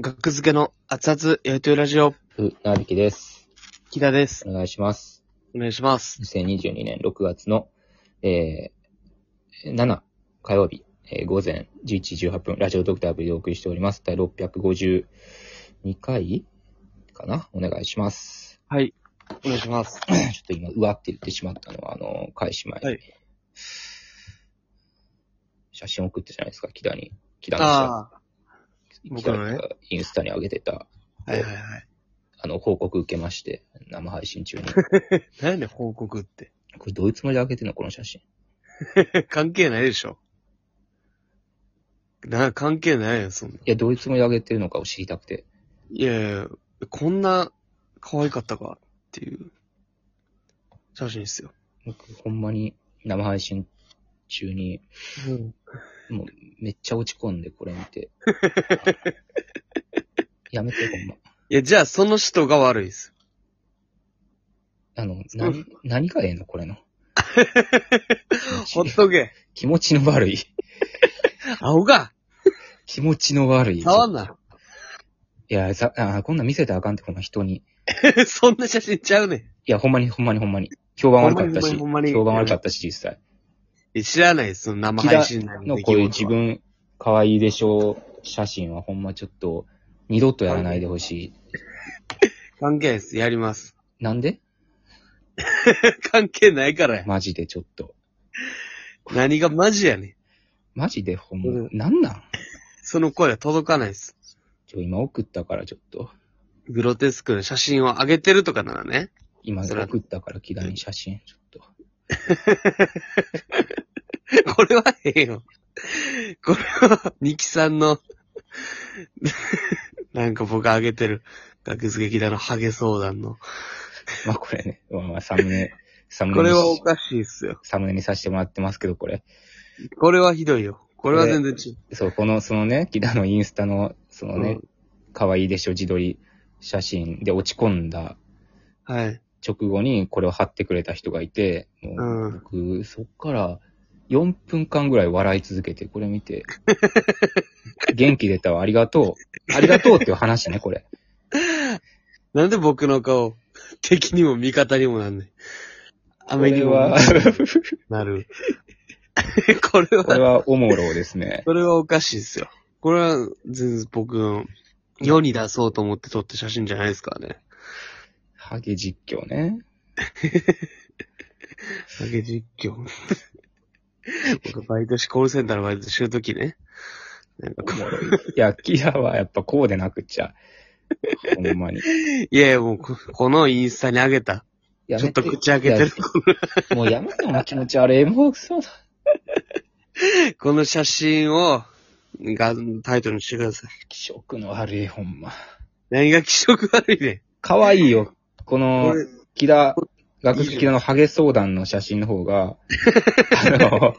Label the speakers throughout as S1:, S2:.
S1: 学付けの熱々やりとりラジオ、
S2: う、なびきです。
S1: 木田です。
S2: お願いします。
S1: お願いします。
S2: 2022年6月の、えー、7火曜日、えー午前11時18分、ラジオドクター V でお送りしております。第652回かなお願いします。
S1: はい。お願いします。
S2: ちょっと今、うわって言ってしまったのは、あの、開始前に。
S1: はい
S2: 写真送ったじゃないですか、木田に。木田のさ
S1: あ僕のね
S2: 木田がインスタに上げてた、
S1: あ。はいはいはい。
S2: あの、報告受けまして、生配信中 に。
S1: 何やねん、報告って。
S2: これどういうつもりで上げてんのこの写真。
S1: 関係ないでしょ。な、関係ないよ、そんな。
S2: いや、どういうつもりで上げてるのかを知りたくて。
S1: いやいや、こんな可愛かったかっていう写真ですよ。
S2: 僕、ほんまに生配信中に、
S1: うん。
S2: もうめっちゃ落ち込んで、これ見て。 やめて、ほんま。
S1: いや、じゃあその人が悪いです。
S2: あの、な、何がええのこれの。
S1: ほっとけ。
S2: 気持ちの悪い。
S1: 青が
S2: 気持ちの悪い。
S1: 触んな。
S2: いや、さ、あーこんなん見せたらあかんって、ほんま人に。い
S1: そんな写真ちゃうねん。
S2: や、ほんまにほんまにほんまに。評判悪かったし、
S1: ほんまにほんまに
S2: 評判悪かったし、実際。
S1: いや知らないです、その生配信なんて
S2: のこういう自分、可愛いでしょう写真はほんまちょっと、二度とやらないでほしい。
S1: 関係ないです。やります。
S2: なんで
S1: 関係ないからや。
S2: マジでちょっと。
S1: 何がマジやねん。
S2: マジでほん
S1: うん
S2: ま、なんなん
S1: その声は届かないです。
S2: ちょ、今送ったからちょっと。
S1: グロテスクな写真を上げてるとかならね。
S2: 今
S1: それは
S2: 送ったから木田に写真、ちょっ と。
S1: これはええよ。これは、ニキさんの、 なんか僕上げてる、学術劇団のハゲ相談の。
S2: まあこれね、まあまあサムネ、サム
S1: こ
S2: ネ
S1: れ
S2: に
S1: はおかしいっすよ。
S2: サムネにさせてもらってますけど、これ。
S1: これはひどいよ。これは全然違う。
S2: そう、この、そのね、木田のインスタの、その
S1: う
S2: ね
S1: ん、
S2: 可愛いでしょ、自撮り写真で落ち込んだ
S1: はい。
S2: 直後にこれを貼ってくれた人がいて、も
S1: う
S2: うん僕、そっから4分間ぐらい笑い続けて、これ 見て、元気出たわ、ありがとう。ありがとうっていう話ね、これ。
S1: なんで僕の顔、敵にも味方にもなんねん。雨に
S2: これ
S1: も
S2: は、
S1: なる。 これは、
S2: これはおもろですね。
S1: それはおかしいですよ。これは、全然僕の、世に出そうと思って撮った写真じゃないですからね。
S2: ハゲ実況ね。
S1: 酒実 況。僕、バイトし、コールセンターのバイトしてるときね。なんか
S2: お
S1: こ
S2: もろい。いや、キラはやっぱこうでなくっちゃ。ほんまに。
S1: う、いやいや、もうこ、このインスタにあげた。
S2: や
S1: ちょ
S2: め
S1: っと口開けてる。こ
S2: いやもうやめて、お前気持ち悪い。もうそうだ。
S1: のこの写真を、が、タイトルにしてください。
S2: 気色の悪い、ほんま。
S1: 何が気色悪いね
S2: 可愛いよ。こ
S1: ん。
S2: の
S1: こ、れ
S2: 木田、学術木田のハゲ相談の写真の方が、あの、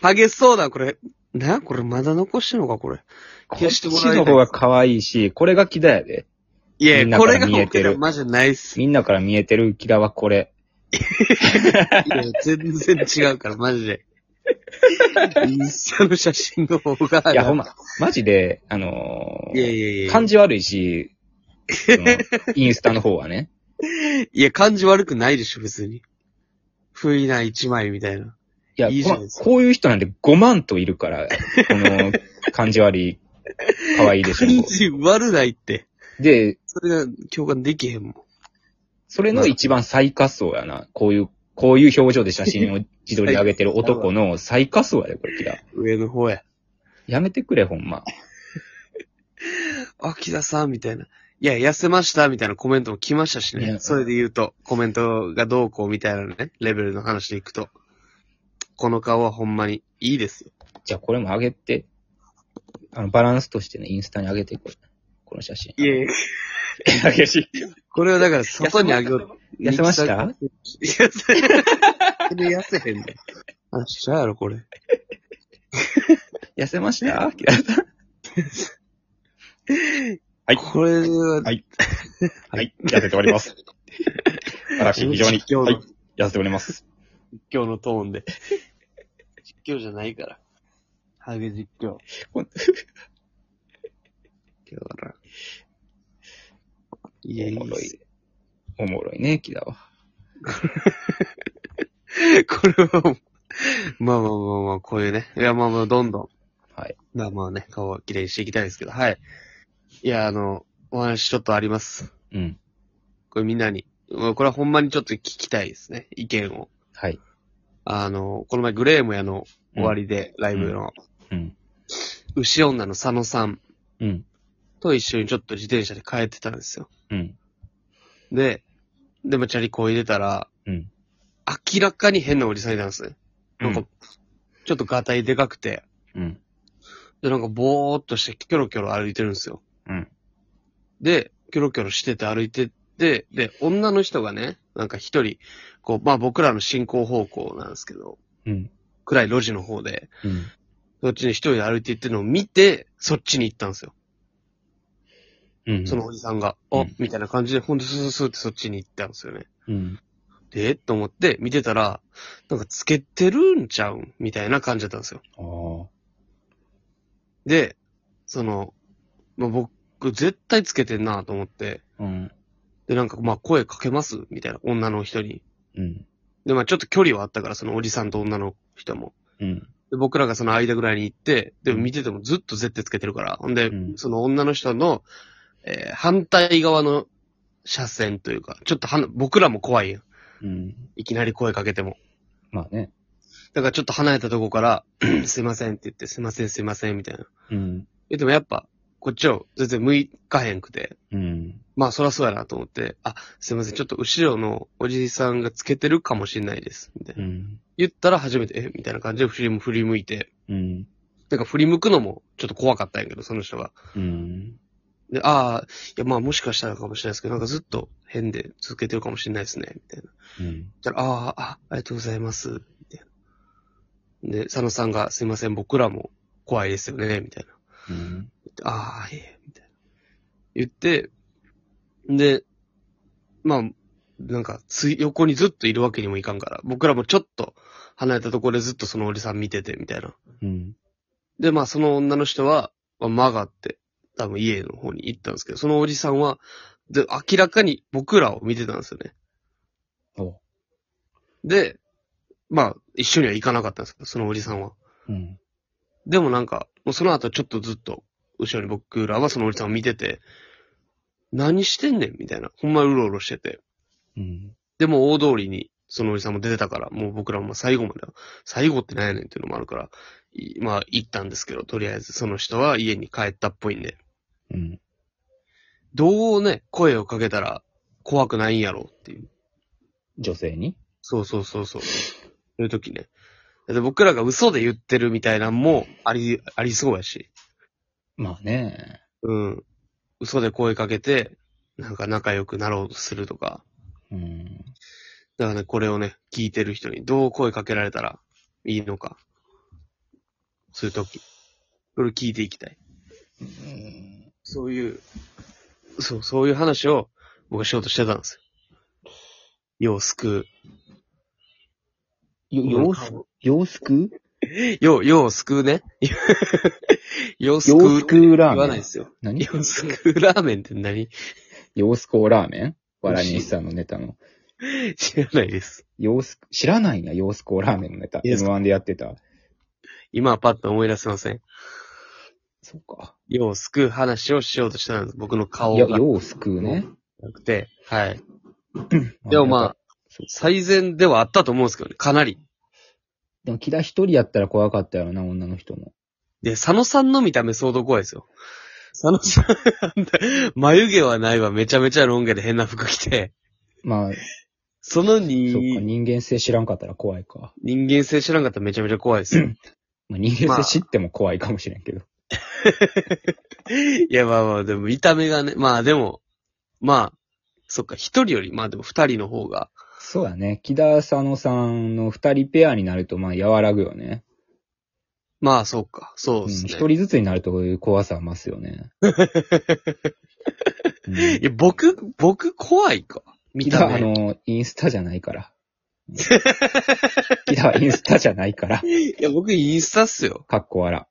S1: ハゲそうだ、これ。な、これまだ残してんのか、これ。
S2: こ
S1: 消
S2: っ
S1: し
S2: ち
S1: てもらいたい
S2: の方が可愛いし、これが木田やで。
S1: いや
S2: み
S1: い
S2: ん
S1: や、
S2: な
S1: こ
S2: から
S1: れが
S2: 見えて
S1: 僕
S2: る
S1: のマジないっす。
S2: みんなから見えてる木田はこれ。
S1: いや、全然違うから、マジ で。インスタの写真の方が。
S2: いや、ほんま、マジで、あの
S1: いやいやいや。
S2: 感じ悪いし、そ のインスタの方はね。
S1: いや、感じ悪くないでしょ、別に。不意な一枚みたいな。
S2: いや、
S1: いいじゃない
S2: こ
S1: ですか
S2: こういう人なんで5万といるから、この、感じ悪い、可愛いでしょ。
S1: 感じ悪ないって。
S2: で、
S1: それが共感できへんもん。
S2: それの一番最下層やな。こういう、こういう表情で写真を自撮りで上げてる男の最下層やで、これ、キラ。
S1: 上の方や。
S2: やめてくれ、ほんま。
S1: あ、木田さんみたいな。いや、痩せましたみたいなコメントも来ましたし
S2: い
S1: ね。
S2: や
S1: それで言うと、コメントがどうこうみたいなね、レベルの話でいくと。この顔はほんまにいいですよ。
S2: じゃあ、これも上げて、あの、バランスとしてね、インスタに上げて、これ。この写 真。
S1: いやいや、
S2: 激しい。
S1: これはだから外にあげよう。
S2: 痩せました
S1: 痩せ、それ痩せへんねん。あ、しちゃうやろ、これ。
S2: 痩せましたキラさんはい
S1: これは、
S2: はいはい、痩せており ます。私、非常に、
S1: 今
S2: は
S1: 日の
S2: い、痩せております。
S1: 実況のトー ンで。実況じゃないから。ハゲ実況。
S2: こん
S1: だから、いや、い
S2: お
S1: い
S2: も
S1: っ
S2: ろ
S1: す
S2: い。おもろいね、木田は。
S1: これは、まあまあまあまあ、こういうね。いや、まあまあ、どんどん。
S2: はい。
S1: まあまあね、顔は綺麗にしていきたいですけど、はい。いや、あの、お話ちょっとあります。
S2: うん。
S1: これみんなに。うんこれはほんまにちょっと聞きたいですね。意見を。
S2: はい。
S1: あの、この前、グレームやの終わりで、ライブの、
S2: うん。
S1: 牛女の佐野さん
S2: うん。
S1: と一緒にちょっと自転車で帰ってたんですよ。
S2: うん。
S1: で、でもチャリこいでたら、
S2: うん。
S1: 明らかに変なおじさんいたんですね。なんか、ちょっとガタイでかくて、
S2: うん。
S1: で、なんかぼーっとしてキョロキョロ歩いてるんですよ。
S2: うん。
S1: で、キョロキョロしてて歩いてって、で、女の人がね、なんか一人、こう、まあ僕らの進行方向なんですけど、
S2: うん。
S1: 暗い路地の方で、
S2: うん。
S1: そっちに一人で歩いていってるのを見て、そっちに行ったんですよ。
S2: うん。
S1: その、おじさんが、
S2: うん
S1: あ、みたいな感じで、ほんとスースーってそっちに行ったんですよね。
S2: うん。
S1: で、と思って見てたら、なんかつけてるんちゃうんみたいな感じだったんですよ。
S2: ああ。
S1: で、その、まあ、僕、絶対つけてんなと思って、
S2: うん。
S1: で、なんか、まあ、声かけますみたいな、女の人に。
S2: うん。
S1: で、まあ、ちょっと距離はあったから、そのおじさんと女の人も。
S2: うん。
S1: で、僕らがその間ぐらいに行って、でも
S2: うん
S1: 見ててもずっと絶対つけてるから。ほんで、
S2: うん
S1: その女の人の、えー反対側の車線というか、ちょっとはな僕らも怖いやん。
S2: うん。
S1: いきなり声かけても。
S2: まあね。
S1: だからちょっと離れたとこから、 すいませんって言って、すいませんすいませんみたいな。
S2: うん。
S1: え、でもやっぱ、こっちを全然向かへんくて。
S2: うん。
S1: まあ、そらそうやなと思って、あ、すいません、ちょっと後ろのおじさんがつけてるかもしれないです。みたいな。
S2: うん。
S1: 言ったら初めて、えみたいな感じで振り振り向いて、
S2: うん。
S1: なんか振り向くのもちょっと怖かったんやけど、その人が。
S2: うん。
S1: で、ああ、いや、まあもしかしたらかもしれないですけど、なんかずっと変で続けてるかもしれないですね、みたいな。
S2: うん。
S1: 言ったら、ああ、あ、ありがとうございます、みたいな。で、佐野さんが、すいません、僕らも怖いですよね、みたいな。
S2: うん。
S1: ああ、ええ、みたいな。言って、で、まあ、なんか、つい、横にずっといるわけにもいかんから、僕らもちょっと離れたところでずっとそのおじさん見てて、みたいな。
S2: うん。
S1: で、まあ、その女の人は、まあ、曲がって、多分家の方に行ったんですけど、そのおじさんは、で、明らかに僕らを見てたんですよね。
S2: お
S1: で、まあ、一緒には行かなかったんですけど、そのおじさんは。
S2: うん。
S1: でもなんか、もうその後ちょっとずっと、後ろに僕らはそのおじさんを見てて、何してんねんみたいな。ほんまうろうろしてて。
S2: うん。
S1: でも大通りに、そのおじさんも出てたから、もう僕らも最後まで、最後ってなんやねんっていうのもあるから、いまあ行ったんですけど、とりあえずその人は家に帰ったっぽいんで、
S2: うん。
S1: どうね、声をかけたら怖くないんやろっていう。
S2: 女性に
S1: そうそうそうそう。そういう時ね。だって僕らが嘘で言ってるみたいなんもあり、ありそうやし。
S2: まあね。
S1: うん。嘘で声かけて、なんか仲良くなろうとするとか。
S2: うん。
S1: だからね、これをね、聞いてる人にどう声かけられたらいいのか。そういう時。これ聞いていきたい。
S2: うん。
S1: そういう、そう、そういう話を僕はしようとしてたんですよ。よう救
S2: よ、
S1: う。
S2: ようす、ようすく
S1: よう、よう救うね。 よう救
S2: よう
S1: う
S2: す
S1: って
S2: くラ
S1: 言わな
S2: ー
S1: い
S2: メ
S1: で
S2: ン。
S1: すよ。
S2: 何
S1: よう救うラーメンって何
S2: ようすこラーメン笑いにさんのネタの。
S1: 知らないです。
S2: ようすく、知らないんや、ようすこラーメンのネタ。
S1: いや
S2: M1 でやってた。
S1: 今はパッと思い出せません。
S2: そうか。
S1: 世を救う話をしようとしたんです。僕の顔
S2: いや、
S1: が
S2: ようすくうね。
S1: なくて。はい。でもまあ、、最善ではあったと思うんですけどね。かなり。
S2: でも、木田一人やったら怖かったやろな、女の人も。
S1: で、佐野さんの見た目相当怖いですよ。佐野さん、あんた眉毛はないわ。めちゃめちゃロン毛で変な服着て。
S2: まあ、
S1: その
S2: そうか、
S1: に、
S2: 人間性知らんかったら怖いか。
S1: 人間性知らんかったらめちゃめちゃ怖いですよ。
S2: まあ、人間性知っても怖いかもしれんけど。
S1: いや、まあまあ、でも見た目がね、まあでも、まあ、そっか、一人より、まあでも二人の方が、
S2: そうだね。木田佐野さんの二人ペアになると、まあ、和らぐよね。
S1: まあそうか、そううんですね。
S2: 一、人ずつになると、こういう怖さは増す よね。うん
S1: いや、僕、僕怖いか。見
S2: 木
S1: た
S2: 田、あ
S1: 目。
S2: の、インスタじゃないから。 木田はインスタじ ゃないから。
S1: いや、僕インスタっすよ。
S2: かっこわら。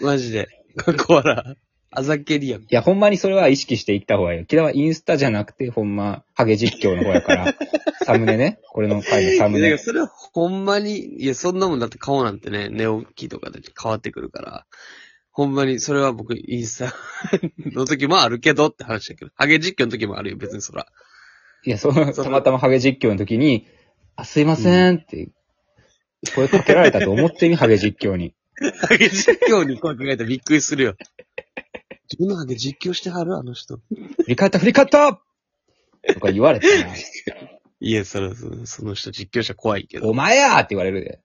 S1: マジで。かっこわら。あざけりやん。
S2: いや、ほんまにそれは意識していった方がいいよ。キラはインスタじゃなくて、ほんま、ハゲ実況の方 やから、サムネね。これの回のサム
S1: いやだからそ
S2: ネ。
S1: れはほんまに、いや、そんなもんだって顔なんてね、寝起きとかで変わってくるから、ほんまに、それは僕、インスタの時もあるけどって話だけど、ハゲ実況の時もあるよ、別にそら。
S2: いや、その、
S1: そ
S2: た
S1: の
S2: またまハゲ実況の時に、あ、すいませんって、声かけられたと思ってみ、ハゲ実況に。
S1: ハゲ実況に声かけたらびっくりする よ。自分のハゲ実況してはるあの人。
S2: 振り返った、振り返ったとか言われてな、
S1: いや、それはそのその人実況者怖いけど。
S2: お前やーって言われるで。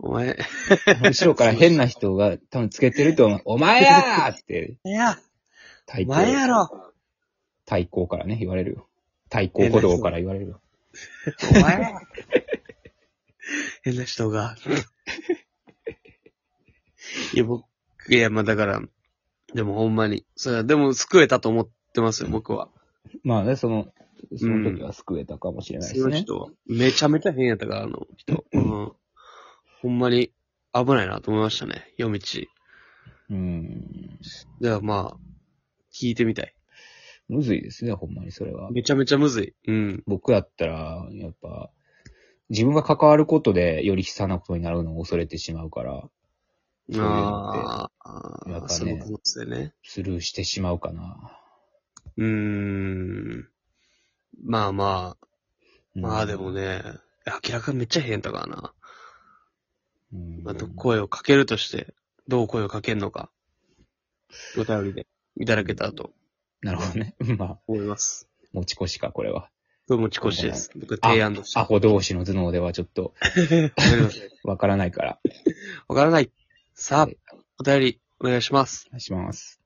S1: お前、
S2: 後ろから変な人が多分つけてると思う。お前やーって、
S1: いや、
S2: 対
S1: お
S2: 抗、
S1: 前やろ
S2: 対抗からね、言われるよ。対抗鼓動から言われるよ。
S1: お前やろ 変な人が。 いや、僕、いや、まあだから、でもほんまに、それは、でも救えたと思ってますよ、僕は。
S2: まあね、その、その時は救えたかもしれないで
S1: そ
S2: す
S1: の
S2: ね。
S1: 人は。めちゃめちゃ変やったから、あの 人。うん。ほんまに危ないなと思いましたね、夜道。
S2: うん。
S1: じゃあまあ、聞いてみたい。
S2: むずいですね、ほんまにそれは。
S1: めちゃめちゃむずい。うん。
S2: 僕やったら、やっぱ、自分が関わることでより悲惨なことになるのを恐れてしまうから、そういうのって
S1: あー
S2: や
S1: あー、
S2: っぱね
S1: その可能性ね。
S2: スルーしてしまうかな。
S1: うーん。まあまあ、
S2: うん
S1: まあでも。ね、明らかにめっちゃ変やったからな。
S2: うん
S1: まあ、ど声をかけるとして、どう声をかけるのか、お便りでいただけたらと
S2: なるほどね。 まあ、
S1: 思います。
S2: 持ち越しか、これは。
S1: これ持ち越しです。僕提案として。
S2: アホ同士の頭脳ではちょっと
S1: わかりません
S2: わからないから、
S1: わからない。さあ
S2: はい、
S1: お便りお願いします。
S2: お願いします。